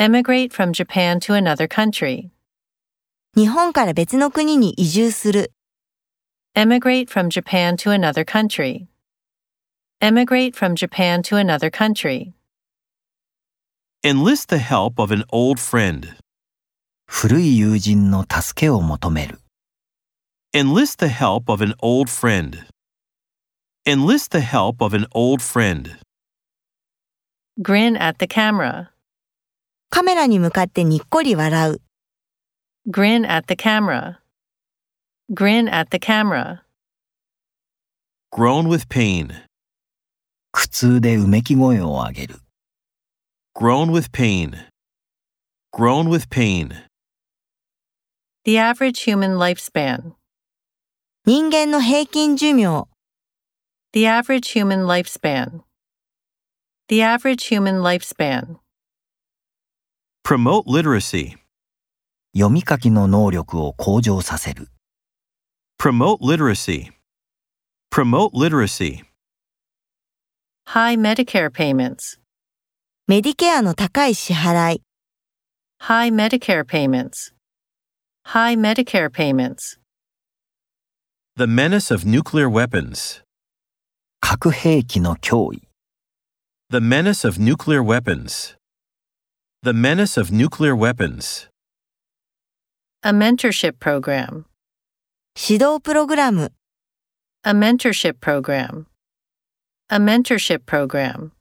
Emigrate from Japan to another country. 日本から別の国に移住する。 Emigrate from Japan to another country. Emigrate from Japan to another country. Enlist the help of an old friend. 古い友人の助けを求める。 Enlist the help of an old friend. Enlist the help of an old friend. Grin at the camera. カメラに向かってにっこり笑う。 Grin at the camera. Grin at the camera. Groan with pain. 苦痛でうめき声を上げる。 Groan with pain. Groan with pain. The average human lifespan. 人間の平均寿命。 The average human lifespan. The average human lifespan. Promote literacy. 読み書きの能力を向上させる。 Promote literacy. Promote literacy. High Medicare payments. メディケアの高い支払い。 High Medicare payments. High Medicare payments. The menace of nuclear weapons. 核兵器の脅威。 The menace of nuclear weapons. The menace of nuclear weapons. A mentorship program. 指導プログラム。 A mentorship program. A mentorship program.